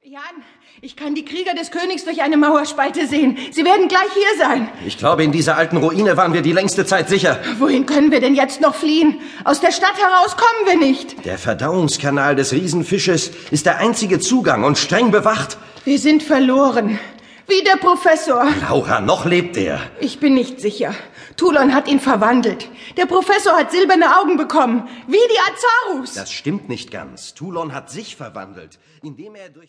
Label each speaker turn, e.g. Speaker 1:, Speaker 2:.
Speaker 1: Jan, ich kann die Krieger des Königs durch eine Mauerspalte sehen. Sie werden gleich hier sein.
Speaker 2: Ich glaube, in dieser alten Ruine waren wir die längste Zeit sicher.
Speaker 1: Wohin können wir denn jetzt noch fliehen? Aus der Stadt heraus kommen wir nicht.
Speaker 2: Der Verdauungskanal des Riesenfisches ist der einzige Zugang und streng bewacht.
Speaker 1: Wir sind verloren. Wie der Professor.
Speaker 2: Laura, noch lebt er.
Speaker 1: Ich bin nicht sicher. Tulon hat ihn verwandelt. Der Professor hat silberne Augen bekommen. Wie die Azarus.
Speaker 2: Das stimmt nicht ganz. Tulon hat sich verwandelt, indem er durch